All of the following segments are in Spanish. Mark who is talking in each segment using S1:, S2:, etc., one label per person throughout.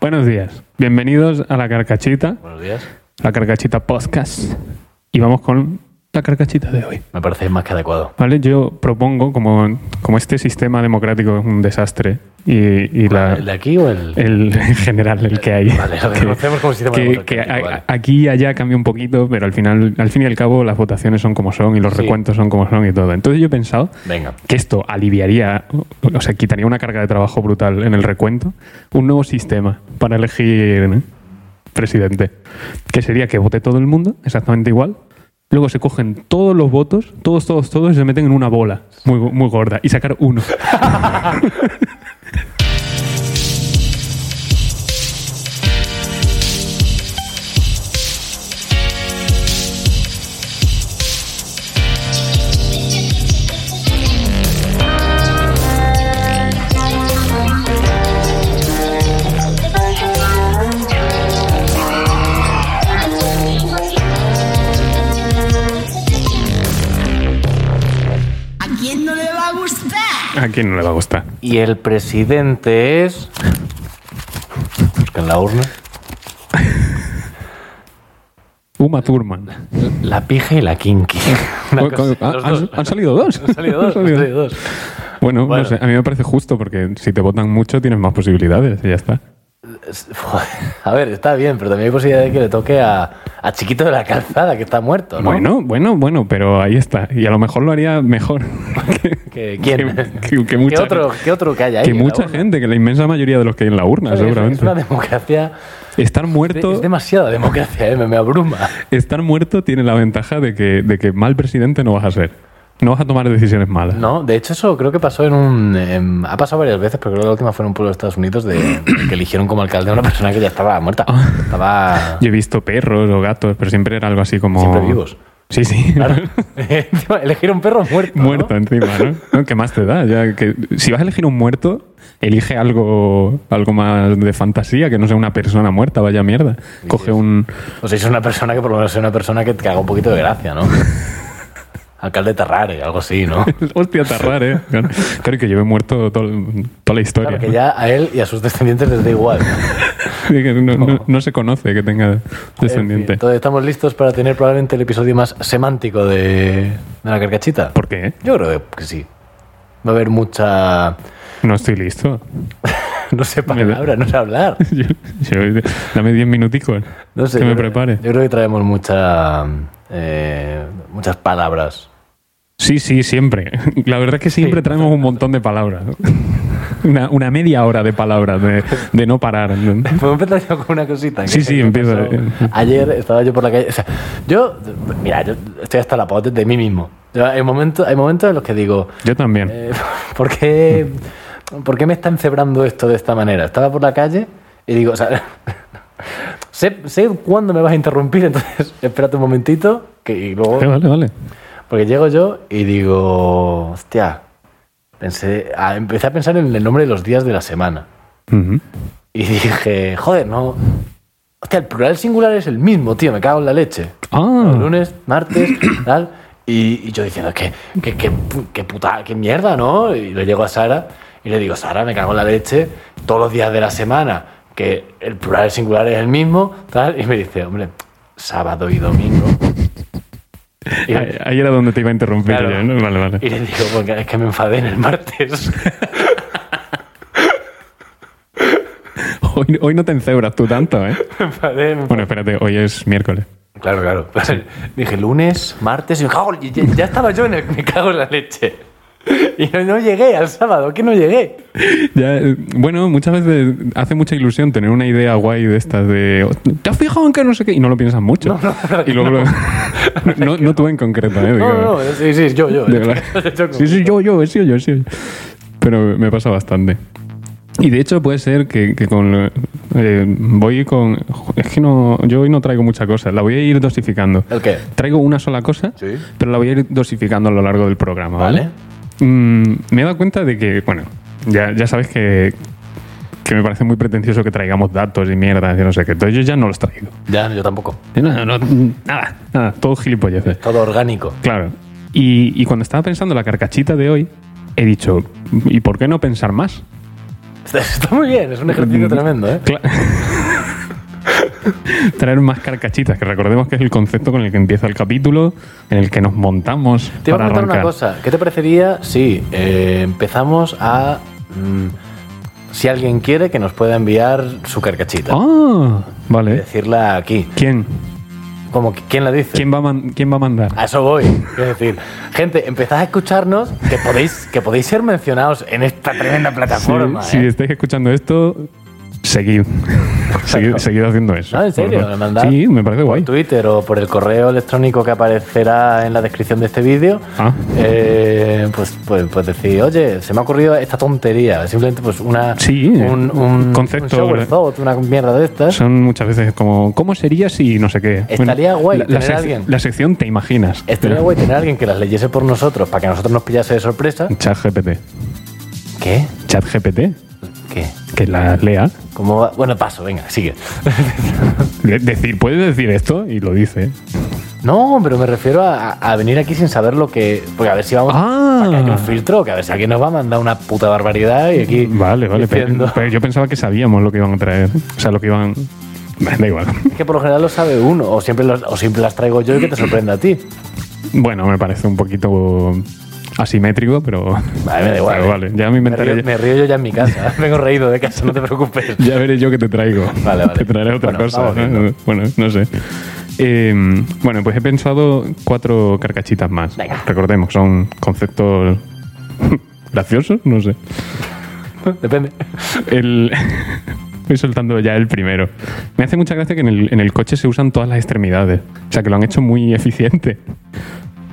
S1: Buenos días. Bienvenidos a La Carcachita,
S2: Buenos días.
S1: La Carcachita Podcast. Y vamos con la carcachita de hoy.
S2: Me parece más que adecuado.
S1: ¿Vale? Yo propongo, como, como este sistema democrático es un desastre, y, y la,
S2: ¿El de aquí o el...?
S1: el en general, el que hay.
S2: Vale, lo
S1: que-
S2: reconocemos como sistema
S1: que, que
S2: democrático,
S1: a-
S2: vale.
S1: aquí y allá cambia un poquito, pero al final, al fin y al cabo, las votaciones son como son y los
S2: Sí.
S1: recuentos son como son y todo. Entonces yo he pensado
S2: Venga.
S1: que esto aliviaría, o sea, quitaría una carga de trabajo brutal en el recuento, un nuevo sistema para elegir presidente, que sería que vote todo el mundo exactamente igual. Luego se cogen todos los votos, todos, todos, todos, y se meten en una bola muy, muy gorda y sacar uno.
S3: ¿A quién no le va a gustar?
S1: ¿A quién no le va a gustar?
S2: Y el presidente es... Buscan la urna.
S1: Uma Thurman.
S2: La pija y la kinky. Una
S1: Uy, ah,
S2: cosa-
S1: ¿han-
S2: los
S1: han-
S2: dos.
S1: han salido dos?
S2: Han salido dos.
S1: Han
S2: han
S1: salido.
S2: salido dos.
S1: Bueno,
S2: Bueno.
S1: no sé, a mí me parece justo porque si te votan mucho tienes más posibilidades y ya está.
S2: Es- joder, A ver, está bien, pero también hay posibilidad de que le toque a, a Chiquito de la Calzada, que está muerto, ¿no?
S1: Bueno, bueno, bueno, pero ahí está. Y a lo mejor lo haría mejor que,
S2: ¿Que ¿Quién?
S1: que- que mucha,
S2: ¿Qué, otro, ¿Qué otro que haya ahí?
S1: que
S2: en la
S1: mucha
S2: urna?
S1: gente, que la inmensa mayoría de los que hay en la urna,
S2: Es- Es
S1: seguramente.
S2: una democracia...
S1: Estar muerto,
S2: Es demasiada democracia, ¿eh? me, me abruma.
S1: estar muerto tiene la ventaja de que, de que mal presidente no vas a ser. No vas a tomar decisiones malas.
S2: No, de hecho eso creo que pasó en un... em, ha pasado varias veces, pero creo que la última fue en un pueblo de Estados Unidos de, que eligieron como alcalde a una persona que ya estaba muerta. Estaba...
S1: Yo he visto perros o gatos, pero siempre era algo así como...
S2: Siempre vivos.
S1: Sí, sí.
S2: Claro. Encima, Elegir un perro muerto. ¿no?
S1: Muerto encima, ¿no? ¿no? ¿Qué más te da? Ya que, si vas a elegir un muerto, elige algo, algo más de fantasía, que no sea una persona muerta, vaya mierda. Coge un...
S2: O sea, es una persona que por lo menos es una persona que te haga un poquito de gracia, ¿no? Alcalde Tarrare, algo así, ¿no?
S1: Hostia, tarrar, ¿eh? Claro, claro que lleve muerto todo- toda la historia.
S2: Claro, que ya a él y a sus descendientes les da igual.
S1: Sí, que no, no- no se conoce que tenga
S2: En fin,
S1: descendiente.
S2: Entonces estamos listos para tener probablemente el episodio más semántico de, de la carcachita.
S1: ¿Por qué?
S2: Yo creo que sí. Va a haber mucha...
S1: No estoy listo.
S2: No sé
S1: Me da-
S2: palabra, no sé hablar.
S1: Yo- yo- dame 10 minuticos.
S2: No sé,
S1: que me
S2: yo creo-
S1: prepare.
S2: Yo creo que traemos mucha, eh, muchas palabras.
S1: Sí, sí, siempre. La verdad es que siempre traemos un montón de palabras. Una, una media hora de palabras, de, de no parar.
S2: Puedo Pues empezar yo con una cosita. que-
S1: Sí, sí,
S2: que
S1: empieza. eh.
S2: pasó. Ayer estaba yo por la calle. O sea, yo, mira, yo estoy hasta la pote de mí mismo. Yo, hay, momentos, hay momentos en los que digo,
S1: Yo también.
S2: eh, ¿por, qué, por qué me está encebrando esto de esta manera? Estaba por la calle y digo, o sea, sé, sé cuándo me vas a interrumpir, entonces espérate un momentito que, y luego
S1: Eh, Vale, vale, vale.
S2: Porque llego yo y digo, hostia, pensé, a- empecé a pensar en el nombre de los días de la semana.
S1: Ujú.
S2: Y dije, joder, no. Hostia, el plural singular es el mismo, tío, me cago en la leche.
S1: Ah,
S2: Lunes, martes, tal. Y, y yo diciendo, qué, qué, qué, pu- qué puta, qué mierda, ¿no? Y le llego a Sara y le digo, Sara, me cago en la leche todos los días de la semana, que el plural singular es el mismo, tal. Y me dice, hombre, sábado y domingo. Y yo,
S1: ahí ahí era donde te iba a interrumpir.
S2: Claro.
S1: yo, ¿no? Vale, vale.
S2: y le digo, porque es que me enfadé en el martes.
S1: Hoy, hoy no te encebras tú tanto, ¿eh?
S2: me enfadé, me enfadé.
S1: Bueno, espérate, hoy es miércoles.
S2: Claro, claro. Pues Dije lunes, martes, y me cago- y ya, ya estaba yo en el me cago en la leche. Y no, no llegué al sábado, que no llegué.
S1: Ya, eh, bueno, muchas veces hace mucha ilusión tener una idea guay de estas de ¿te has fijado en que no sé qué? Y no lo piensas mucho. y luego lo- no, no tú en concreto, ¿eh?
S2: No,
S1: Digo,
S2: no, no, sí, sí, yo, yo.
S1: de verdad. sí, sí, yo, yo, he sido yo, he sido yo. Pero me pasa bastante. Y de hecho puede ser que, que con... eh, voy con... Es que no... Yo hoy no traigo mucha cosa. La voy a ir dosificando.
S2: ¿El qué?
S1: Traigo una sola cosa,
S2: Sí.
S1: pero la voy a ir dosificando a lo largo del programa, ¿vale?
S2: Vale.
S1: Mm, me he dado cuenta de que, bueno, ya, ya sabes que, que me parece muy pretencioso que traigamos datos y mierdas y no sé qué. Entonces yo ya no los traigo.
S2: Ya, yo tampoco.
S1: Yo no- no- nada, nada, todo gilipolleces.
S2: Todo orgánico.
S1: Claro. Y, y cuando estaba pensando la carcachita de hoy, he dicho, ¿y por qué no pensar más?
S2: Está, está muy bien, es un ejercicio tremendo, ¿eh?
S1: Cla- Traer más carcachitas, que recordemos que es el concepto con el que empieza el capítulo, en el que nos montamos
S2: Te iba a
S1: para
S2: preguntar
S1: arrancar.
S2: una cosa. ¿Qué te parecería si eh, empezamos a. mm, si alguien quiere que nos pueda enviar su carcachita?
S1: Ah,
S2: Y
S1: vale.
S2: Decirla aquí.
S1: ¿Quién?
S2: Como que- ¿Quién la dice?
S1: ¿Quién va a, man- ¿Quién va a mandar?
S2: A eso voy. Es decir, gente, empezad a escucharnos que podéis, que podéis ser mencionados en esta tremenda
S1: Si,
S2: plataforma.
S1: si
S2: ¿eh?
S1: estáis escuchando esto, seguid. seguid, seguid haciendo eso.
S2: No, en serio,
S1: Por-
S2: mandad
S1: Sí, me parece
S2: por
S1: guay.
S2: Twitter o por el correo electrónico que aparecerá en la descripción de este vídeo,
S1: Ah.
S2: eh, pues, pues, pues decir, oye, se me ha ocurrido esta tontería, simplemente pues una,
S1: Sí, eh,
S2: un, un-
S1: concepto, eh.
S2: un shower
S1: ¿verdad?
S2: thought, una mierda de estas.
S1: Son muchas veces como, ¿cómo sería si no sé qué?
S2: Estaría guay
S1: la, la
S2: tener a
S1: sec-
S2: alguien.
S1: la sección te imaginas.
S2: Estaría
S1: Pero-
S2: guay tener a alguien que las leyese por nosotros para que a nosotros nos pillase de sorpresa.
S1: Chat GPT.
S2: ¿Qué?
S1: Chat GPT.
S2: ¿Qué?
S1: Que la lea.
S2: ¿Cómo va? Bueno, paso, venga, sigue.
S1: De- decir, puedes decir esto y lo dice.
S2: No, pero me refiero a, a- a venir aquí sin saber lo que. Porque a ver si vamos
S1: Ah.
S2: a caer un filtro, que a ver si alguien nos va a mandar una puta barbaridad y aquí.
S1: Vale, vale. pero-
S2: diciendo-
S1: pero yo pensaba que sabíamos lo que iban a traer. O sea, lo que iban. Da igual.
S2: Es que por lo general lo sabe uno, o siempre, los- o siempre las traigo yo y que te sorprenda a ti.
S1: Bueno, me parece un poquito asimétrico, pero.
S2: Vale, me da igual. ¿eh?
S1: pero vale, ya me
S2: Me
S1: inventaré.
S2: río, me
S1: ya,
S2: río yo ya en mi casa. Vengo reído de casa, no te preocupes.
S1: ya veré yo que te traigo.
S2: Vale, vale.
S1: Te traeré otra
S2: Bueno,
S1: cosa.
S2: vamos
S1: ¿no? Bueno, no sé. Eh, bueno, pues he pensado cuatro carcachitas más.
S2: Venga.
S1: Recordemos, son conceptos graciosos, no sé.
S2: Depende.
S1: El... Voy soltando ya el primero. Me hace mucha gracia que en el, en el coche se usan todas las extremidades. O sea, que lo han hecho muy eficiente.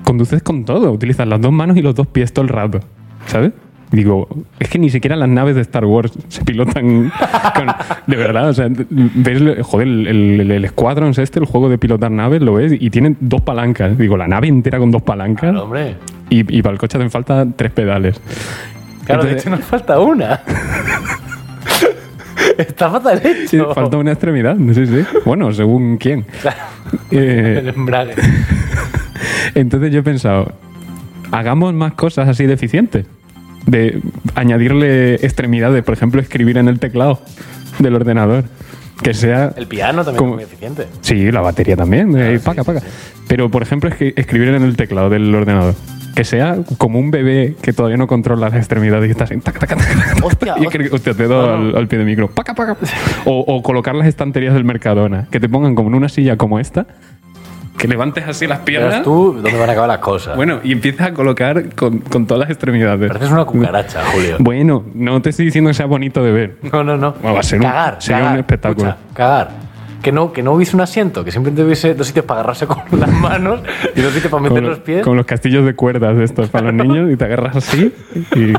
S1: Conduces con todo, utilizas las dos manos y los dos pies todo el rato. ¿Sabes? Digo, es que ni siquiera las naves de Star Wars se pilotan con... De verdad, o sea, ves, el- joder, el, el, el Squadrons este, el juego de pilotar naves, lo ves y tienen dos palancas. Digo, la nave entera con dos palancas
S2: Claro, hombre.
S1: y, y para el coche hacen falta tres pedales.
S2: Claro, de
S1: Entonces-
S2: hecho nos falta una. Está fatal hecho.
S1: Sí, falta una extremidad, sí, sí. Bueno, según quién. Eh,
S2: El embrague.
S1: entonces yo he pensado, hagamos más cosas así de eficientes. De añadirle extremidades, por ejemplo, escribir en el teclado del ordenador. Que sea...
S2: El piano también
S1: Como-
S2: es muy eficiente.
S1: Sí, la batería también. eh,
S2: Ah, sí,
S1: paca,
S2: sí,
S1: paca. Pero, por ejemplo, es que escribir en el teclado del ordenador. Que sea como un bebé que todavía no controla las extremidades y está así. taca, taca, taca, taca,
S2: Hostia,
S1: y escribe- hostia, te doy
S2: No, no.
S1: al, al pie de micro. paca, paca. O, o colocar las estanterías del Mercadona. Que te pongan como en una silla como esta. Que levantes así las
S2: Verás
S1: piernas.
S2: tú dónde van a acabar las cosas.
S1: Bueno, y empiezas a colocar con, con todas las extremidades.
S2: Pareces una cucaracha, Julio.
S1: Bueno, no te estoy diciendo que sea bonito de ver.
S2: No, no, no.
S1: Bueno, Ah, va a ser un-
S2: cagar,
S1: sería
S2: cagar.
S1: un espectáculo.
S2: Escucha, cagar. Que no, que no hubiese un asiento, que simplemente hubiese dos sitios para agarrarse con las manos y dos sitios para meter
S1: con,
S2: los pies.
S1: con los castillos de cuerdas de estos para los niños y te agarras así y,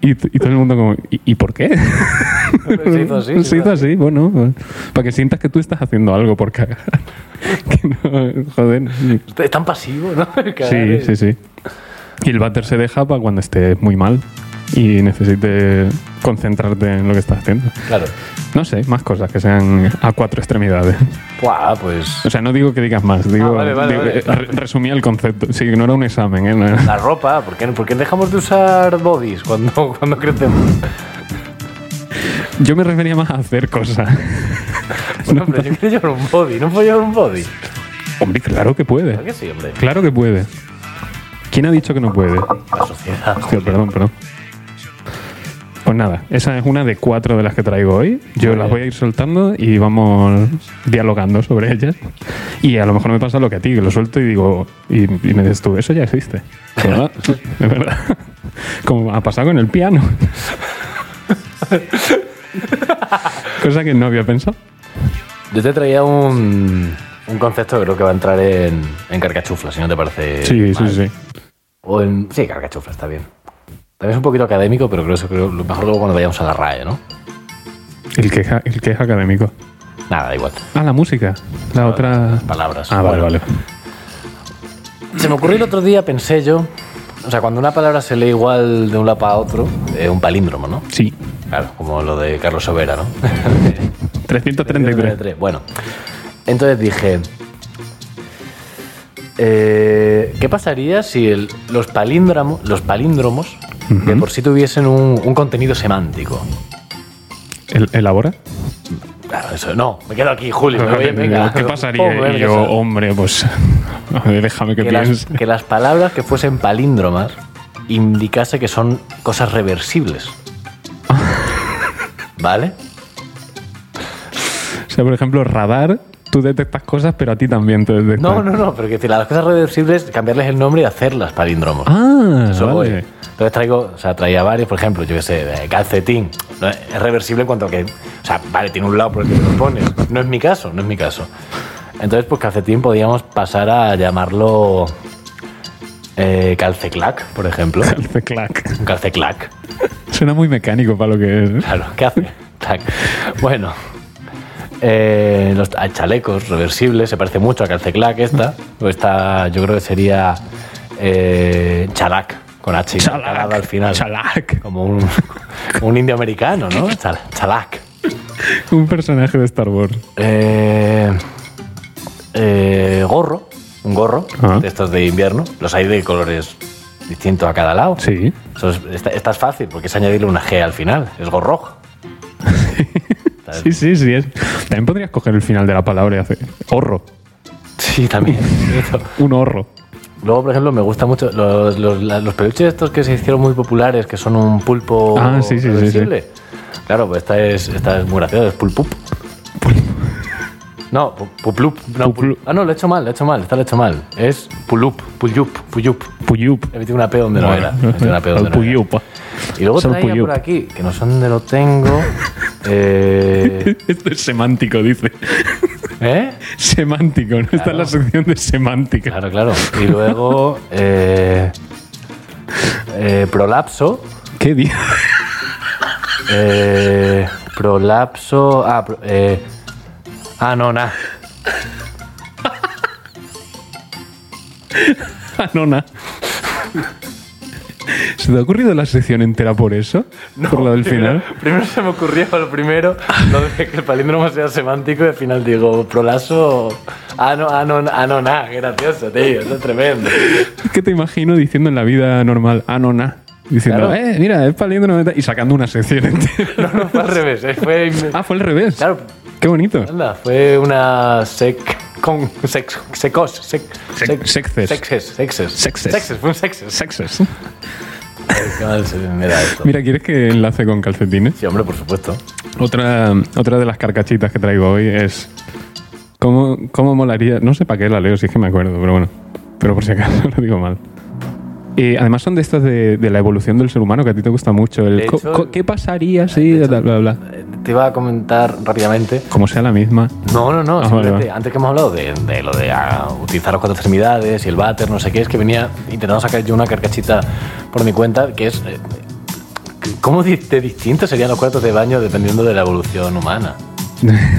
S1: y, t- y todo el mundo como ¿y, y por qué?
S2: Se hizo así.
S1: Se hizo así, bueno, para que sientas que tú estás haciendo algo por cagar. que no, joder.
S2: Es tan pasivo, ¿no? El cagar
S1: Sí,
S2: es-
S1: sí, sí. Y el váter se deja para cuando estés muy mal y necesites concentrarte en lo que estás haciendo.
S2: Claro.
S1: No sé, más cosas que sean a cuatro extremidades.
S2: Buah, pues.
S1: O sea, no digo que digas más, digo,
S2: Ah, vale, vale,
S1: digo-
S2: vale.
S1: eh, re- resumía el concepto. Sí, no era un examen, ¿eh? No era-
S2: La ropa, ¿por qué, por qué dejamos de usar bodies cuando, cuando crecemos?
S1: Yo me refería más a hacer cosas.
S2: Bueno, hombre, yo quiero llevar un body, no puedo llevar un body.
S1: Hombre, claro que
S2: ¿Por
S1: puede.
S2: qué sí, hombre?
S1: Claro que puede. ¿Quién ha dicho que no puede?
S2: La sociedad.
S1: Hostia, perdón, perdón. Pues nada, esa es una de cuatro de las que traigo hoy. Yo las voy a ir soltando y vamos dialogando sobre ellas. Y a lo mejor me pasa lo que a ti, que lo suelto y digo, y, y me dices tú, eso ya existe. De verdad, de verdad. Como ha pasado con el piano. Cosa que no había pensado.
S2: Yo te traía un, un concepto que creo que va a entrar en, en carcachufla, si no te parece.
S1: Sí, sí,
S2: mal.
S1: sí.
S2: O en, sí, carcachufla, está bien. También es un poquito académico, pero creo que eso creo, lo mejor luego cuando vayamos a la RAE, ¿no?
S1: El que, ja- el que es académico.
S2: Nada, da igual.
S1: Ah, la música. La otra.
S2: Ah, Palabras.
S1: Ah, vale, vale.
S2: Se me ocurrió el otro día, pensé yo. O sea, cuando una palabra se lee igual de un lado para otro, es un palíndromo, ¿no?
S1: Sí.
S2: Claro, como lo de Carlos Sobera, ¿no?
S1: 333.
S2: Bueno, entonces dije, eh, ¿qué pasaría si el- los, palíndromo- los palíndromos que por si tuviesen un, un contenido semántico.
S1: El- ¿Elabora?
S2: Claro, eso no. Me quedo aquí, Julio. me voy, venga. Oh,
S1: ¿Qué
S2: Pum,
S1: pasaría?
S2: venga,
S1: Y yo,
S2: eso.
S1: hombre, pues a ver, déjame que
S2: que, las,
S1: piense.
S2: que las palabras que fuesen palíndromas indicase que son cosas reversibles. ¿Vale?
S1: O sea, por ejemplo, radar, tú detectas cosas, pero a ti también te detectan.
S2: No, no, no, pero que decir, las cosas reversibles, cambiarles el nombre y hacerlas palíndromos.
S1: Ah,
S2: Eso voy.
S1: vale.
S2: Entonces traigo, o sea, traía varios, por ejemplo, yo qué sé, de calcetín. No es es reversible en cuanto a que, o sea, vale, tiene un lado por el que te lo pones. No es mi caso, no es mi caso. Entonces, pues calcetín podíamos pasar a llamarlo eh, calceclac, por ejemplo.
S1: Calce clac.
S2: Un calceclac.
S1: Suena muy mecánico para lo que es. ¿eh?
S2: Claro, ¿qué hace? Tac. Bueno, eh, los hay chalecos reversibles, se parece mucho a Calceclac esta. O Esta yo creo que sería eh, chalac, con H
S1: Chalac.
S2: calada al final.
S1: Chalac.
S2: Como un, un indio americano, ¿no? Chal- chalac.
S1: Un personaje de Star Wars.
S2: Eh, eh, gorro, un gorro
S1: Ajá.
S2: de estos de invierno. Los hay de colores distintos a cada lado.
S1: Sí.
S2: Eso es- esta, esta es fácil porque es añadirle una G al final. Es gorrojo.
S1: Sí, sí, sí. Es. También podrías coger el final de la palabra y hacer horro.
S2: Sí, también.
S1: Un horro.
S2: Luego, por ejemplo, me gusta mucho los, los- la- los peluches estos que se hicieron muy populares, que son un pulpo
S1: Ah, sí, sí, sí,
S2: reversible. Claro, pues esta es, esta es muy graciosa, es pulpup. No, pu- puplup. No,
S1: Puplup.
S2: pul- ah, no, lo he hecho mal, lo he hecho mal, esta lo he hecho mal. Es pulup, puyup, puyup.
S1: Puyup.
S2: He metido una P donde no era. He metido una P donde
S1: El
S2: no era.
S1: Puyup.
S2: Y luego
S1: Son
S2: traía
S1: puyup.
S2: por aquí, que no sé dónde lo tengo. Eh,
S1: Esto es semántico, dice.
S2: ¿Eh?
S1: Semántico, ¿no? Esta es la sección de semántica.
S2: Claro, claro. Y luego. eh, eh, prolapso.
S1: ¿Qué día?
S2: Eh, prolapso. Ah, pro- eh, ah no, nada.
S1: Anona. ¿Se te ha ocurrido la sección entera por eso? por la del final.
S2: Primero se me ocurrió lo primero, lo de que el palíndromo sea semántico y al final digo, prolapso. Ah, no, ah, no, ah, no, nada. Gracioso, tío. Eso es tremendo.
S1: Es que te imagino diciendo en la vida normal, anona. Diciendo,
S2: Claro.
S1: eh, mira, es paliendo una meta. Y sacando una sección entera.
S2: No, no, fue al revés. eh, Fue.
S1: Ah, fue al revés.
S2: Claro.
S1: Qué bonito.
S2: Anda, fue una sec. Con, sex, secos, sec, sec-
S1: sexes.
S2: Sexes, sexes.
S1: Sexes.
S2: Sexes, fue un sexes.
S1: Sexes.
S2: Qué mal se me da esto.
S1: Mira, ¿quieres que enlace con calcetines?
S2: Sí, hombre, por supuesto.
S1: Otra, otra de las carcachitas que traigo hoy es. ¿Cómo, cómo molaría.? No sé para qué la leo, si es que me acuerdo, pero bueno. Pero por si acaso lo digo mal. Eh, además, son de estas de, de la evolución del ser humano que a ti te gusta mucho. El,
S2: De
S1: co-
S2: hecho,
S1: co- ¿Qué pasaría si.? bla, bla, bla.
S2: Eh, Te iba a comentar rápidamente.
S1: Como sea la misma.
S2: No, no, no.
S1: Ah, vale,
S2: simplemente,
S1: vale.
S2: Antes que hemos hablado de, de lo de ah, utilizar las cuatro extremidades y el váter, no sé qué, es que venía intentando sacar yo una carcachita por mi cuenta, que es eh, cómo di- de distintos serían los cuartos de baño dependiendo de la evolución humana.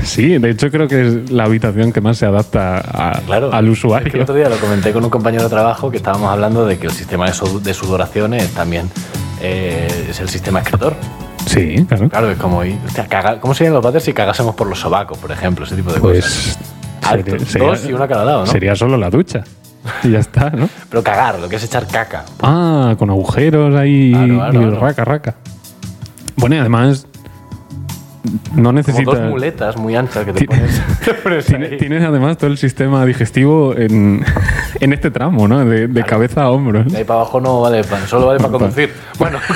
S1: sí, de hecho, creo que es la habitación que más se adapta a-
S2: Claro.
S1: al
S2: Es que
S1: usuario.
S2: el otro día lo comenté con un compañero de trabajo que estábamos hablando de que el sistema de, su- de sudoraciones también eh, es el sistema excretor.
S1: Sí, claro.
S2: Claro, es como, y, hostia, caga- ¿cómo serían los váteres si cagásemos por los sobacos, por ejemplo? Ese tipo de cosas.
S1: Pues.
S2: Alto, dos y uno a cada lado, ¿no?
S1: sería solo la ducha. Y ya está, ¿no?
S2: Pero cagar, lo que es echar caca.
S1: Ah, con agujeros ahí
S2: Claro, claro,
S1: y
S2: claro.
S1: raca, raca. Bueno, y además no
S2: Como
S1: necesita...
S2: dos muletas muy anchas que te
S1: Ti-
S2: pones. te pones
S1: Tiene-
S2: ahí.
S1: Tienes además todo el sistema digestivo en, en este tramo, ¿no? De, de cabeza a hombros.
S2: De ahí para abajo no vale, pa- solo vale para
S1: Pa-
S2: conducir. Bueno,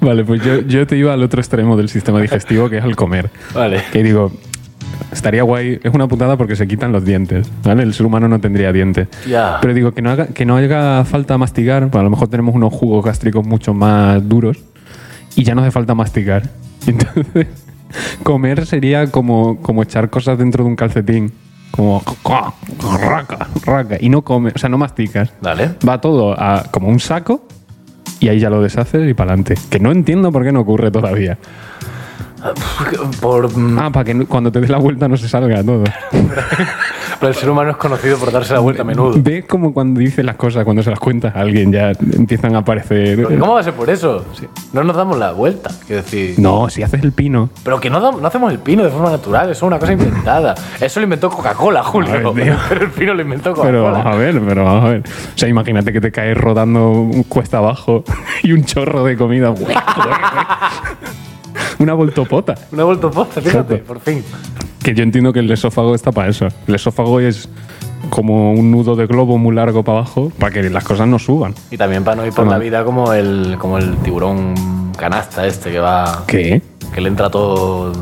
S1: Vale, pues yo, yo te iba al otro extremo del sistema digestivo, que es al comer.
S2: vale.
S1: Que digo, estaría guay, es una puntada porque se quitan los dientes, ¿vale? El ser humano no tendría dientes.
S2: Ya.
S1: Pero digo, que no, haga, que no haga falta mastigar, pues a lo mejor tenemos unos jugos gástricos mucho más duros y ya no hace falta masticar. Y entonces, comer sería como, como echar cosas dentro de un calcetín. Como raca, raca. Y no come, o sea, no masticas.
S2: Vale.
S1: Va todo a, como un saco y ahí ya lo deshaces y para adelante. Que no entiendo por qué no ocurre todavía.
S2: Por, mm,
S1: Ah, para que no- cuando te des la vuelta no se salga todo.
S2: Pero el ser humano es conocido por darse la vuelta a menudo.
S1: Ves como cuando dices las cosas, cuando se las cuentas a alguien, ya empiezan a aparecer.
S2: Porque ¿Cómo va a ser por eso? No nos damos la vuelta. Quiero decir.
S1: No, si haces el pino.
S2: Pero que no, dam- no hacemos el pino de forma natural, eso es una cosa inventada. Eso lo inventó Coca-Cola, Julio.
S1: Madre mía.
S2: pero el pino lo inventó
S1: Pero vamos
S2: Coca-Cola.
S1: a ver, pero vamos a ver. O sea, imagínate que te caes rodando un cuesta abajo y un chorro de comida. Una voltopota.
S2: Una vuelta posta, fíjate, por fin.
S1: Que yo entiendo que el esófago está para eso. El esófago es como un nudo de globo muy largo para abajo para que las cosas no suban.
S2: Y también para no ir por
S1: Toma.
S2: la vida como el, como el tiburón canasta este que va.
S1: ¿Qué?
S2: Que le entra todo.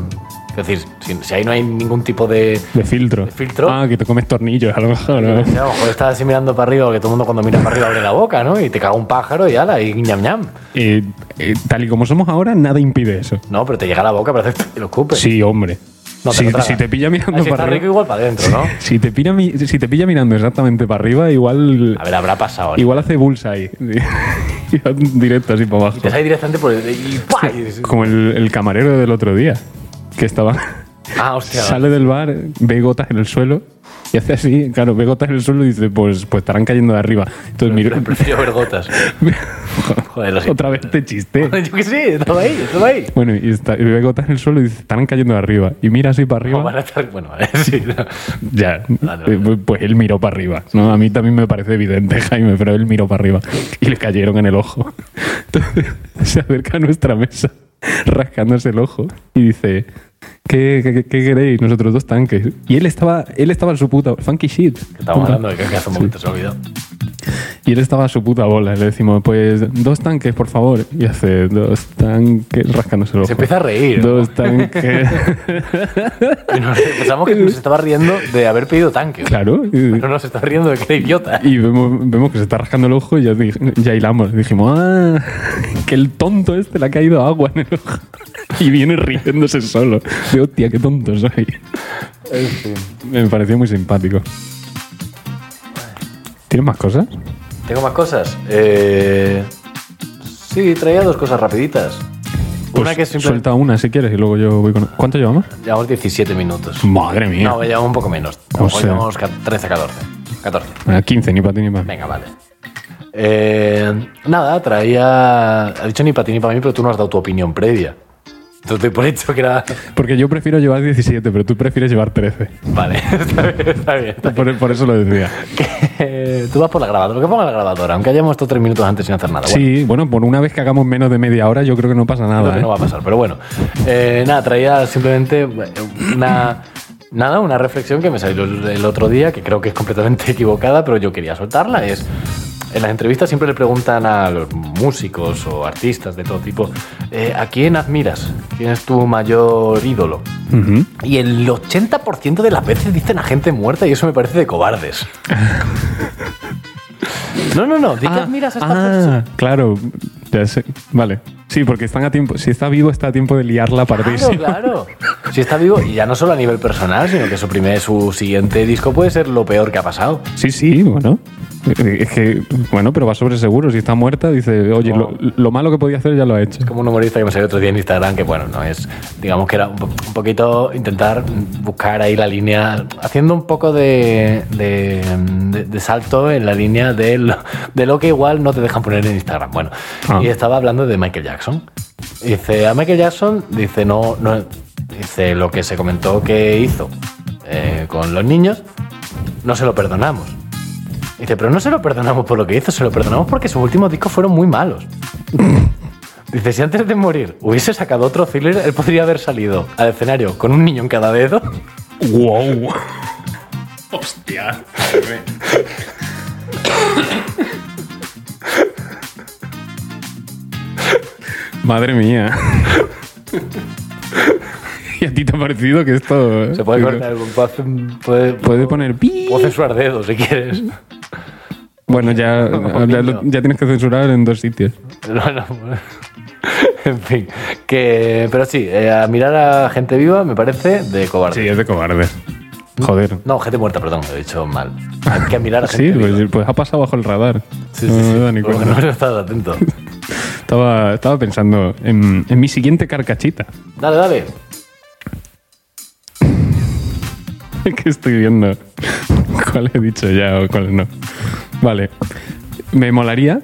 S2: Es decir, si, si ahí no hay ningún tipo de.
S1: De filtro.
S2: ¿De filtro?
S1: Ah, que te comes tornillos a lo mejor. ¿no?
S2: A lo mejor estás así mirando para arriba, que todo el mundo cuando mira para arriba abre la boca, ¿no? Y te caga un pájaro y ala, y ñam ñam.
S1: Eh, eh, tal y como somos ahora, nada impide eso.
S2: No, pero te llega a la boca, pero haces y lo escupes.
S1: Sí, hombre.
S2: Pues No, te
S1: si,
S2: lo tragas.
S1: si te pilla mirando
S2: Ah, si
S1: para
S2: está rico
S1: arriba.
S2: igual para adentro, ¿no?
S1: Si te, pilla, mi- si te pilla mirando exactamente para arriba, igual,
S2: A ver, habrá pasado. ¿no?
S1: igual hace bullseye. Y va Directo así para abajo.
S2: Te sale directamente por el. Y, ¡pua! Y-
S1: Como el, el camarero del otro día, que estaba.
S2: Ah, hostia.
S1: Sale del bar, ve gotas en el suelo y hace así, claro, ve gotas en el suelo y dice, pues, pues estarán cayendo de arriba. Entonces miro.
S2: Prefiero ver gotas. Joder, lo siento.
S1: Otra vez te chiste.
S2: Yo qué sé, estaba ahí, estaba ahí.
S1: Bueno, y, está, y ve gotas en el suelo y dice, estarán cayendo de arriba. Y mira así para
S2: No, van a
S1: arriba.
S2: estar- Bueno, vale, sí. no.
S1: Ya,
S2: Vale, vale.
S1: Eh, pues él miró para arriba. ¿no? A mí también me parece evidente, Jaime, pero él miró para arriba y le cayeron en el ojo. Entonces se acerca a nuestra mesa rascándose el ojo y dice, ¿qué, qué- qué- qué queréis? Nosotros dos tanques. Y él estaba, él estaba en su puta... Funky shit.
S2: Que Estábamos hablando de que hace un momento se olvidó.
S1: Y él estaba a su puta bola. Le decimos, pues dos tanques, por favor. Y hace dos tanques rascándose el ojo.
S2: Se empieza a reír. ¿no?
S1: Dos tanques.
S2: Y nos- Pensamos que se estaba riendo de haber pedido tanque.
S1: claro. Y-
S2: Pero no se está riendo de que era idiota.
S1: Y vemos, vemos que se está rascando el ojo y ya, dij- ya hilamos. Dijimos, ah, que el tonto este le ha caído agua en el ojo. Y viene riéndose solo. De hostia, qué tonto soy. Me pareció muy simpático. ¿Tienes más cosas?
S2: Tengo más cosas. Eh, Sí, traía dos cosas rapiditas. Una
S1: Pues
S2: que es simplemente.
S1: Suelta una si quieres y luego yo voy con... ¿Cuánto llevamos?
S2: Llevamos 17 minutos.
S1: Madre mía.
S2: No, llevamos un poco menos.
S1: O sea.
S2: Llevamos ca- 13, 14. 14.
S1: Ah, 15, ni para ti ni para mí.
S2: Venga, vale. Eh, nada, traía. Ha dicho ni para ti ni para mí, pero tú no has dado tu opinión previa. Entonces doy por hecho que era.
S1: Porque yo prefiero llevar 17, pero tú prefieres llevar 13.
S2: Vale, está bien, está bien. está bien.
S1: Por, por eso lo decía.
S2: Que, tú vas por la grabadora. Que ponga la grabadora, aunque hayamos estado tres minutos antes sin hacer nada. Bueno,
S1: Sí, bueno, por una vez que hagamos menos de media hora, yo creo que no pasa
S2: creo
S1: nada.
S2: que
S1: ¿eh?
S2: no va a pasar, pero bueno. Eh, nada, traía simplemente eh, una. Nada, una reflexión que me salió el el otro día, que creo que es completamente equivocada, pero yo quería soltarla. Es. En las entrevistas siempre le preguntan a los músicos o artistas de todo tipo: eh, ¿a quién admiras? ¿Quién es tu mayor ídolo?
S1: Ujú.
S2: Y el 80% de las veces dicen a gente muerta y eso me parece de cobardes. No, no, no, di que admiras a esta persona.
S1: ah, Claro, ya sé. Vale. Sí, porque están a tiempo. Si está vivo, está a tiempo de liarla para
S2: Claro,
S1: irse.
S2: claro. Si está vivo, y ya no solo a nivel personal, sino que su primer, su siguiente disco puede ser lo peor que ha pasado.
S1: Sí, sí, bueno. Eh, Es que, bueno, pero va sobre seguro. Si está muerta, dice, oye,
S2: No.
S1: lo, lo malo que podía hacer ya lo ha hecho.
S2: Como un humorista que me salió otro día en Instagram, que bueno, no es. Digamos que era un, po- un poquito intentar buscar ahí la línea, haciendo un poco de, de, de- de salto en la línea de lo, de lo que igual no te dejan poner en Instagram. Bueno,
S1: Ah.
S2: y estaba hablando de Michael Jackson. Dice, a Michael Jackson, dice, no, no, dice lo que se comentó que hizo eh, con los niños, no se lo perdonamos. Dice, pero no se lo perdonamos por lo que hizo, se lo perdonamos porque sus últimos discos fueron muy malos. Dice, si antes de morir hubiese sacado otro thriller, él podría haber salido al escenario con un niño en cada dedo.
S1: ¡Wow! ¡Hostia! Madre mía. ¿Y a ti te ha parecido que esto.? eh,
S2: Se puede cortar, puede, puede,
S1: Puede poner. pi.
S2: puedo censurar dedos si quieres.
S1: Bueno, ya, ya, lo- ya tienes que censurar en dos sitios.
S2: No, no. En fin, que, pero sí, eh, a mirar a gente viva me parece de cobarde.
S1: es de cobardes. Joder.
S2: No, gente muerta, perdón, lo he dicho mal. Hay que mirar a gente
S1: Sí,
S2: viva.
S1: pues, pues ha pasado bajo el radar.
S2: Sí,
S1: no
S2: sí, sí.
S1: me da ni
S2: Porque
S1: cuenta.
S2: no he estado atento.
S1: Estaba, estaba pensando en, en mi siguiente carcachita.
S2: Dale, dale.
S1: Es que estoy viendo cuál he dicho ya o cuál no. Vale. Me molaría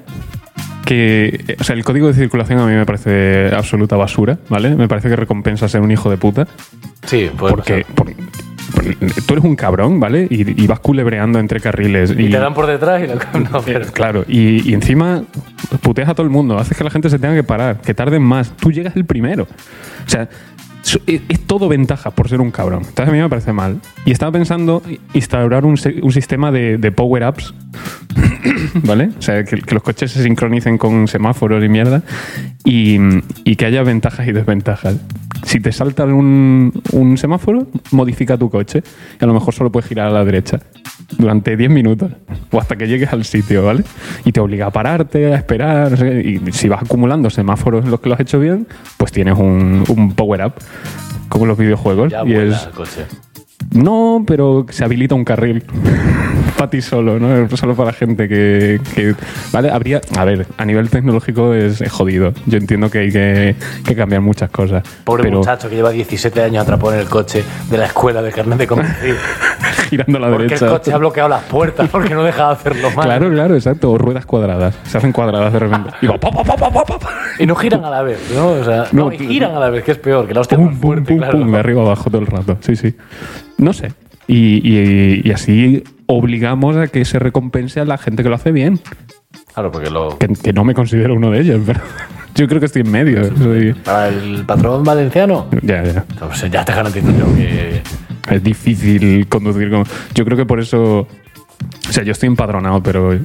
S1: que. O sea, el código de circulación a mí me parece absoluta basura, ¿vale? Me parece que recompensa ser un hijo de puta.
S2: Sí, pues, puede
S1: Porque.
S2: pasar.
S1: por- por- tú eres un cabrón, ¿vale? Y, y vas culebreando entre carriles.
S2: Y, te dan por detrás y lo no, pero-
S1: Claro, y, y encima puteas a todo el mundo, haces que la gente se tenga que parar, que tarden más. Tú llegas el primero. O sea, so- es, es todo ventaja por ser un cabrón. Entonces a mí me parece mal. Y estaba pensando instaurar un, se- un sistema de, de power-ups, ¿vale? O sea, que, que los coches se sincronicen con semáforos y mierda y, y que haya ventajas y desventajas. Si te saltan un, un semáforo, modifica tu coche. Y a lo mejor solo puedes girar a la derecha durante 10 minutos o hasta que llegues al sitio, ¿vale? Y te obliga a pararte, a esperar, no sé qué. y si vas acumulando semáforos en los que lo has hecho bien, pues tienes un, un power up como en los videojuegos
S2: Ya
S1: y
S2: vuela
S1: es
S2: el coche.
S1: no, pero se habilita un carril para ti solo, ¿no? Solo para la gente que, que- Vale, habría... A ver, a nivel tecnológico es, es jodido. Yo entiendo que hay que, que cambiar muchas cosas.
S2: Pobre
S1: pero
S2: muchacho que lleva 17 años atrapado en el coche de la escuela de carnet de conducir.
S1: girando a la
S2: Porque el
S1: derecha...
S2: coche ha bloqueado las puertas porque no deja de hacerlo mal.
S1: Claro, claro, exacto. O ruedas cuadradas. Se hacen cuadradas de repente. Y va, pa, pa, pa, pa, pa, pa, pa.
S2: Y no giran a la vez, ¿no? O sea, no,
S1: No,
S2: y
S1: tío,
S2: giran a la vez, que es peor, que la hostia es
S1: Pum,
S2: más
S1: pum,
S2: fuerte,
S1: pum,
S2: claro.
S1: pum, de arriba abajo todo el rato. Sí, sí. No sé. Y, y- y así obligamos a que se recompense a la gente que lo hace bien.
S2: Claro, porque lo,
S1: Que, que no me considero uno de ellos, pero yo creo que estoy en medio. Soy-
S2: para el patrón valenciano,
S1: ya, ya.
S2: entonces ya te garantizo yo que...
S1: Es difícil conducir como... Yo creo que por eso... O sea, yo estoy empadronado, pero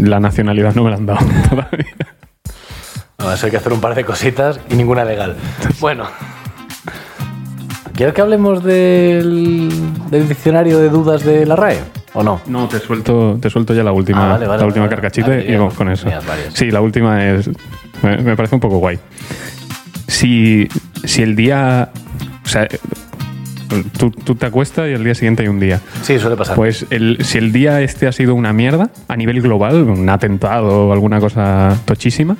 S1: la nacionalidad no me la han dado todavía.
S2: No, eso hay que hacer un par de cositas y ninguna legal. Bueno. ¿Quieres que hablemos del, del diccionario de dudas de la RAE? ¿O no?
S1: No, te suelto, te suelto ya la última,
S2: Ah, vale, vale,
S1: la última
S2: vale, Ah,
S1: carcachita
S2: vale,
S1: y
S2: ya,
S1: vamos con eso.
S2: tenías varias.
S1: Sí, la última es. Me, me parece un poco guay. Si, si el día. O sea, tú, tú te acuestas y el día siguiente hay un día.
S2: Sí, suele pasar.
S1: Pues el- si el día este ha sido una mierda, a nivel global, un atentado o alguna cosa tochísima,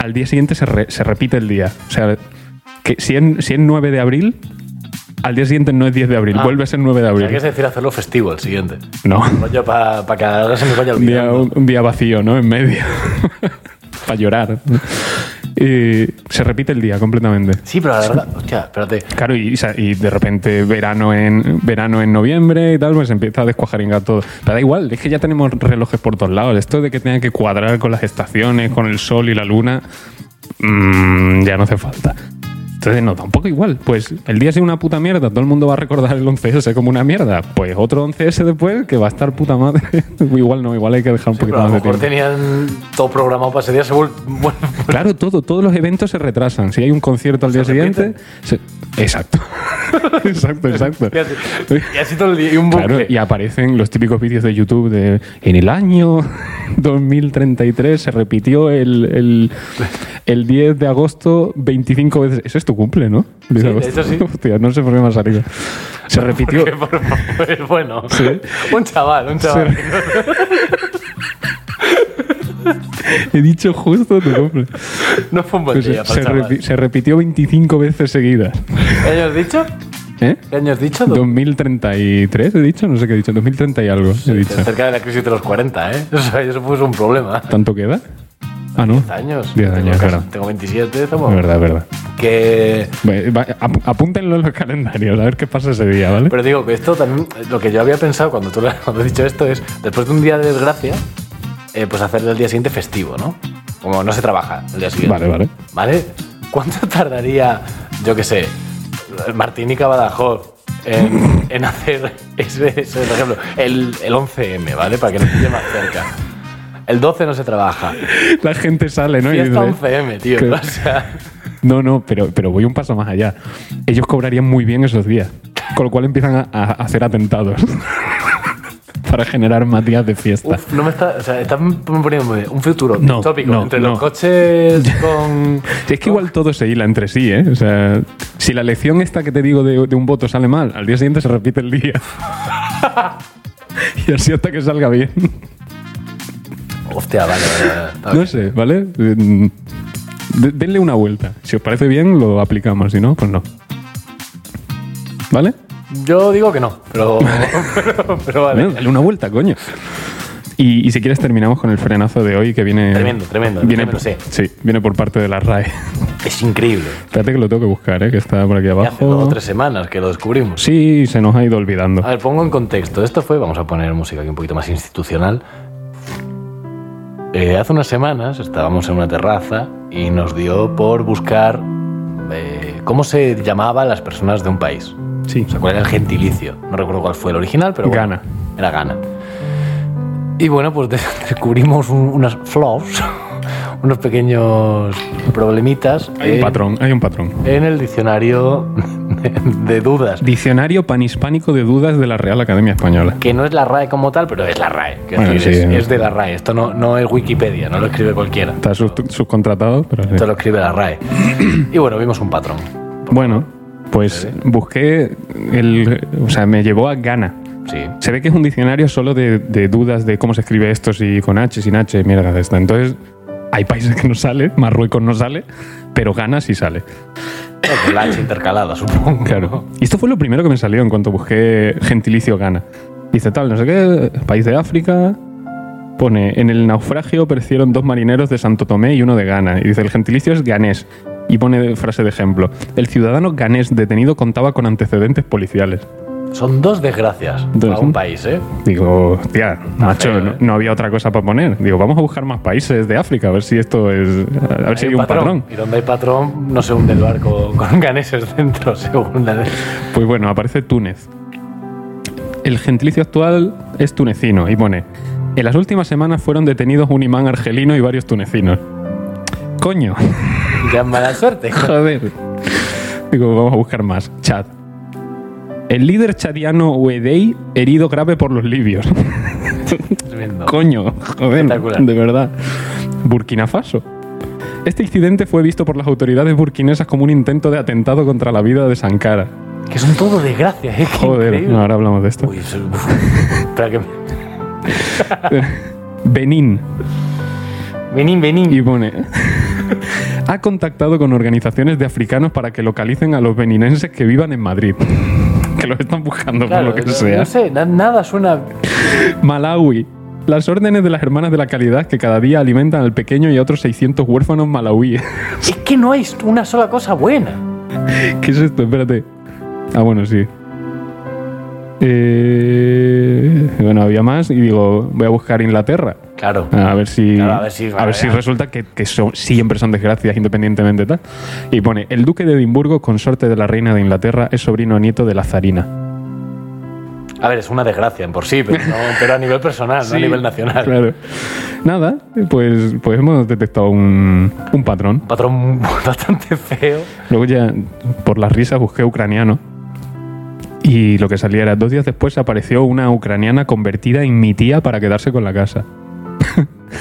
S1: al día siguiente se, re- se repite el día. O sea, que si es si es 9 de abril, al día siguiente no es 10 de abril,
S2: Ah.
S1: vuelve a ser 9 de
S2: O sea,
S1: abril.
S2: que es decir, hacerlo festivo el siguiente.
S1: No.
S2: Rollo para que ahora se me vaya
S1: un día,
S2: olvidando.
S1: un, un día vacío, ¿no? En medio. Para llorar. Y se repite el día completamente.
S2: Sí, pero la verdad... Hostia, espérate.
S1: Claro, y, sa- y de repente verano en verano en noviembre y tal, pues empieza a descuajaringar todo. Pero da igual, es que ya tenemos relojes por todos lados. Esto de que tenga que cuadrar con las estaciones, con el sol y la luna, mm, ya no hace falta. Entonces, no, tampoco igual. Pues el día ha sido una puta mierda, todo el mundo va a recordar el 11S como una mierda. Pues otro 11S después que va a estar puta madre. igual no, igual hay que dejar un
S2: Pero
S1: poquito
S2: a lo
S1: más de
S2: mejor
S1: tiempo.
S2: tenían todo programado para ese día. Se vuel- bueno,
S1: Claro, todo, todos los eventos se retrasan. Si hay un concierto al día siguiente, se- exacto. exacto, exacto.
S2: y así- y así todo el día. Y un bucle.
S1: Claro, y aparecen los típicos vídeos de YouTube de en el año 2033 se repitió el, el, el 10 de agosto 25 veces. Ese es tu cumple, ¿no? 10
S2: Sí, de hecho sí.
S1: Hostia, no sé por qué me ha salido. Se repitió.
S2: Porque, por favor, bueno,
S1: Sí.
S2: un chaval, un chaval.
S1: He dicho justo tu cumple.
S2: No fue un buen
S1: Pues se,
S2: día para el
S1: se
S2: chaval.
S1: repi- se repitió 25 veces seguidas.
S2: ¿Qué año has dicho?
S1: ¿Eh?
S2: ¿Qué año has dicho?
S1: 2033 he dicho, no sé qué he dicho, 2030 y algo he dicho.
S2: Cerca de la crisis de los 40, ¿eh? O sea, eso puso un problema.
S1: ¿Tanto queda? Ah, no.
S2: 10 años.
S1: Diez
S2: Tengo
S1: años,
S2: casi-
S1: claro.
S2: Tengo 27, estamos.
S1: Es verdad, es verdad.
S2: Que.
S1: Bueno, va- ap- apúntenlo en los calendarios, a ver qué pasa ese día, ¿vale?
S2: Pero digo que esto también. Lo que yo había pensado cuando tú lo- cuando has dicho esto es: después de un día de desgracia, eh, pues hacerle el día siguiente festivo, ¿no? Como no se trabaja el día siguiente.
S1: Vale, vale.
S2: ¿Vale? ¿Cuánto tardaría, yo qué sé, Martinica Badajoz en, en hacer ese, ese, por ejemplo, el, el 11M, ¿vale? Para que nos pille más cerca. El 12 no se trabaja.
S1: La gente sale, ¿no? Y
S2: Fiesta
S1: dice,
S2: 11M, tío.
S1: que-
S2: O sea,
S1: no, no, pero, pero voy un paso más allá. Ellos cobrarían muy bien esos días, con lo cual empiezan a, a hacer atentados para generar más días de fiesta.
S2: uf, no me está, o sea, estás poniendo muy bien. un futuro
S1: No,
S2: tópico
S1: no,
S2: entre
S1: no.
S2: los coches con.
S1: Si es que igual todo se hila entre sí, ¿eh? O sea, si la lección esta que te digo de, de un voto sale mal, al día siguiente se repite el día. y así hasta que salga bien.
S2: Hostia, vale, vale, vale. Está
S1: No
S2: bien.
S1: sé, ¿vale? Mm, de- denle una vuelta. Si os parece bien, lo aplicamos. Si no, pues no. ¿Vale?
S2: Yo digo que no, pero, pero, pero vale.
S1: Bueno, dale una vuelta, coño. Y, y si quieres terminamos con el frenazo de hoy que viene...
S2: Tremendo, tremendo,
S1: Viene,
S2: tremendo, sí.
S1: sí, viene por parte de la RAE.
S2: Es increíble.
S1: Espérate que lo tengo que buscar, ¿eh? que está por aquí
S2: Ya Hace dos
S1: abajo.
S2: o tres Ah, semanas que lo descubrimos.
S1: Sí, se nos ha ido olvidando.
S2: A ver, pongo en contexto. Esto fue, vamos a poner música aquí un poquito más institucional. Eh, hace unas semanas estábamos en una terraza y nos dio por buscar eh, cómo se llamaba las personas de un país.
S1: Sí.
S2: O sea, cuál era el gentilicio. No recuerdo cuál fue el original, pero bueno,
S1: Ghana.
S2: Era Ghana. Y bueno, pues de- descubrimos un- unas flaws, unos pequeños problemitas
S1: Hay un
S2: en,
S1: patrón, hay un patrón.
S2: en el diccionario de, de dudas.
S1: Diccionario panhispánico de dudas de la Real Academia Española.
S2: Que no es la RAE como tal, pero es la RAE. Quiero
S1: Bueno,
S2: decir,
S1: sí,
S2: es,
S1: eh.
S2: es de la RAE. Esto no, no es Wikipedia, no lo escribe cualquiera.
S1: Está sub- subcontratado, pero... sí.
S2: Esto lo escribe la RAE. Y bueno, vimos un patrón.
S1: Bueno, pues busqué el... O sea, me llevó a Ghana.
S2: Sí.
S1: Se ve que es un diccionario solo de, de dudas de cómo se escribe esto, si con H, sin H, mierda de esta. Entonces, hay países que no sale, Marruecos no sale, pero Ghana sí sale.
S2: Con la H intercalada, supongo.
S1: Y esto fue lo primero que me salió en cuanto busqué gentilicio Ghana. Dice tal, no sé qué, país de África. Pone, en el naufragio perecieron dos marineros de Santo Tomé y uno de Ghana. Y dice, el gentilicio es ganés. Y pone frase de ejemplo. El ciudadano ganés detenido contaba con antecedentes policiales.
S2: Son dos desgracias
S1: Dos,
S2: a un
S1: ¿no?
S2: país, ¿eh?
S1: Digo, hostia, macho,
S2: feo,
S1: no,
S2: ¿eh?
S1: no había otra cosa para poner. Digo, vamos a buscar más países de África, a ver si esto es. A ver si hay un patrón.
S2: Y donde hay patrón, no se hunde el barco con ganeses dentro, según la ley.
S1: Pues bueno, aparece Túnez. El gentilicio actual es tunecino y pone: En las últimas semanas fueron detenidos un imán argelino y varios tunecinos. Coño,
S2: Ya es mala suerte.
S1: joder. Digo, vamos a buscar más. Chad. El líder chadiano Uedei herido grave por los libios.
S2: Tremendo.
S1: Coño, joder,
S2: Espectacular.
S1: de verdad. Burkina Faso. Este incidente fue visto por las autoridades burkinesas como un intento de atentado contra la vida de Sankara.
S2: Que son todo desgracias, ¿eh? Qué
S1: Joder,
S2: increíble.
S1: no, ahora hablamos de esto.
S2: Uy, eso- Espera que me-
S1: Benín.
S2: Benín, Benín.
S1: Y pone... ha contactado con organizaciones de africanos para que localicen a los beninenses que vivan en Madrid. que los están buscando
S2: Claro,
S1: por lo que
S2: no,
S1: sea.
S2: no sé, na- nada suena.
S1: Malawi. Las órdenes de las hermanas de la calidad que cada día alimentan al pequeño y a otros 600 huérfanos malauíes.
S2: Es que no hay una sola cosa buena.
S1: ¿Qué es esto? Espérate. Ah, bueno, sí. Eh, bueno, había más y digo, voy a buscar Inglaterra.
S2: Claro.
S1: A ver si,
S2: Claro, a ver si-
S1: a ver si resulta que, que son, siempre son desgracias independientemente tal. Y pone, el duque de Edimburgo, consorte de la reina de Inglaterra, es sobrino nieto de la zarina.
S2: A ver, es una desgracia en por sí, pero, no- pero a nivel personal, no a nivel nacional.
S1: Claro. Nada, pues, pues hemos detectado un, un patrón.
S2: Un patrón bastante feo.
S1: Luego ya, por las risas, busqué ucraniano. Y lo que salía era, dos días después apareció una ucraniana convertida en mi tía para quedarse con la casa.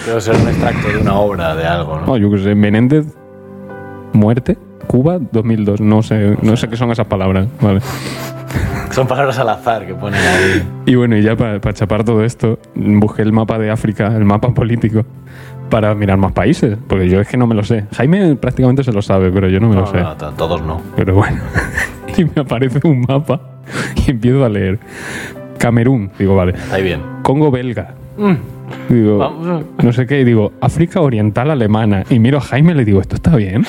S2: Debe ser un extracto de una obra, de algo, ¿no?
S1: Oh, yo qué sé, Menéndez, muerte, Cuba, 2002. No sé, no sé qué son esas palabras. Vale.
S2: Son palabras al azar que ponen ahí.
S1: Y bueno, y ya para chapar todo esto, busqué el mapa de África, el mapa político, para mirar más países, porque yo es que no me lo sé. Jaime prácticamente se lo sabe, pero yo no me lo
S2: No,
S1: sé.
S2: no, to- todos no.
S1: Pero bueno, y me aparece un mapa y empiezo a leer. Camerún, digo, vale.
S2: Está ahí bien.
S1: Congo belga. Digo,
S2: Vamos.
S1: no sé qué, y digo, África Oriental Alemana. Y miro a Jaime y le digo, ¿esto está bien?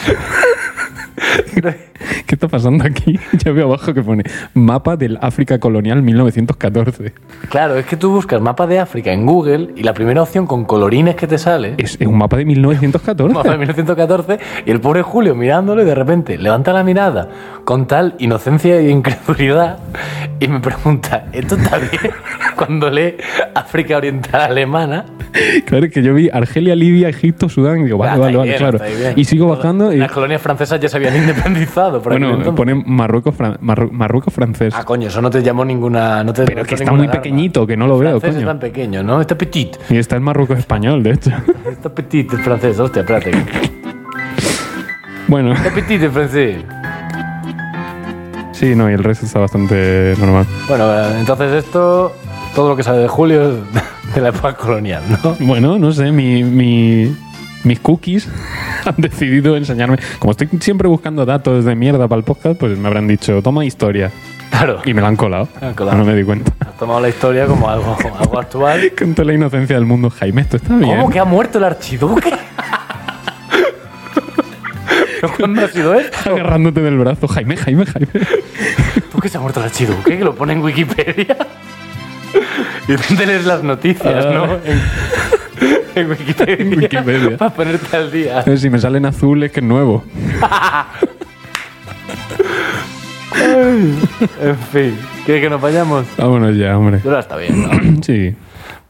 S1: ¿Qué está pasando aquí? Ya veo abajo que pone mapa del África colonial 1914.
S2: Claro, es que tú buscas mapa de África en Google y la primera opción con colorines que te sale
S1: Es, es un mapa de 1914.
S2: mapa de 1914 y el pobre Julio mirándolo y de repente levanta la mirada con tal inocencia e incredulidad y me pregunta, ¿esto está bien? Cuando lee África Oriental Alemana,
S1: Claro, es que yo vi Argelia, Libia, Egipto, Sudán. Y digo, vale,
S2: Ah, está
S1: vale, vale,
S2: bien,
S1: claro.
S2: está bien.
S1: Y sigo
S2: Todas
S1: bajando. Y,
S2: Las colonias francesas ya se habían independizado. Por aquel
S1: bueno,
S2: entonces.
S1: ponen Marruecos, Fran- Marru- Marruecos francés.
S2: Ah, coño, eso no te llamó ninguna... No te
S1: Pero
S2: levantó
S1: que está
S2: ninguna
S1: muy
S2: alarma.
S1: pequeñito, que no lo veo,
S2: francés es
S1: coño.
S2: tan pequeño, ¿no? Está petit.
S1: Y está el Marruecos español, de hecho.
S2: Está petit el francés. Hostia, espérate. Está
S1: bueno,
S2: petit el francés.
S1: sí, no, y el resto está bastante normal.
S2: Bueno, eh, entonces esto... Todo lo que sale de Julio es de la época colonial, ¿no?
S1: Bueno, no sé, mi, mi- mis cookies han decidido enseñarme. Como estoy siempre buscando datos de mierda para el podcast, pues me habrán dicho, toma historia.
S2: Claro.
S1: Y me la han colado.
S2: Me la han colado.
S1: No me di cuenta.
S2: Has tomado la historia como algo, como algo actual.
S1: Con toda la inocencia del mundo, Jaime, esto está bien.
S2: ¿Cómo que ha muerto el archiduque? ¿Pero ¿Cuándo ha sido esto?
S1: Agarrándote del brazo, Jaime, Jaime, Jaime.
S2: ¿Tú que se ha muerto el archiduque? Que lo pone en Wikipedia. Y dónde lees las noticias,
S1: Ah.
S2: ¿no? En, en Wikipedia.
S1: En Wikipedia.
S2: Para ponerte al día.
S1: Eh, Si me salen azules, que es nuevo.
S2: En fin. ¿Quieres que nos vayamos?
S1: Vámonos ya, hombre.
S2: Yo está bien, ¿no?
S1: Sí.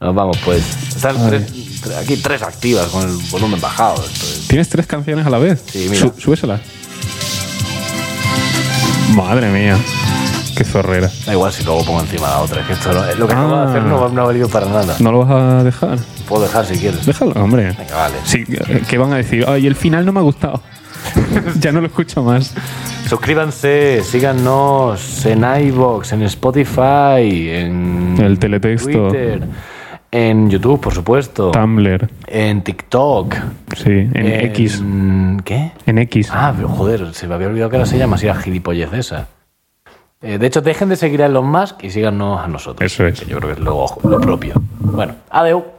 S2: Nos vamos, pues. Están tres- tre- aquí tres activas con el volumen bajado. esto es-
S1: ¿Tienes tres canciones a la vez?
S2: Sí, mira.
S1: Sú- súbeselas. Madre mía. Qué zorrera.
S2: Da igual si luego pongo encima la otra. Es que esto no- lo que acabo
S1: Ah.
S2: de hacer no, va- no ha valido para nada.
S1: ¿No lo vas a dejar?
S2: Puedo dejar si quieres.
S1: Déjalo, hombre.
S2: Venga, vale.
S1: Sí, eh, ¿qué van a decir? Ay, el final no me ha gustado. ya no lo escucho más.
S2: Suscríbanse, síganos en iVoox, en Spotify, en
S1: El teletexto.
S2: Twitter, en YouTube, por supuesto,
S1: Tumblr,
S2: en TikTok,
S1: sí, en
S2: Eh,
S1: X.
S2: ¿Qué?
S1: En X.
S2: Ah, pero joder, se me había olvidado que ahora se llama así la gilipollez esa. Eh, de hecho, dejen de seguir a Elon Musk y síganos a nosotros.
S1: Eso es.
S2: que yo creo que es lo, lo propio. Bueno, adeu.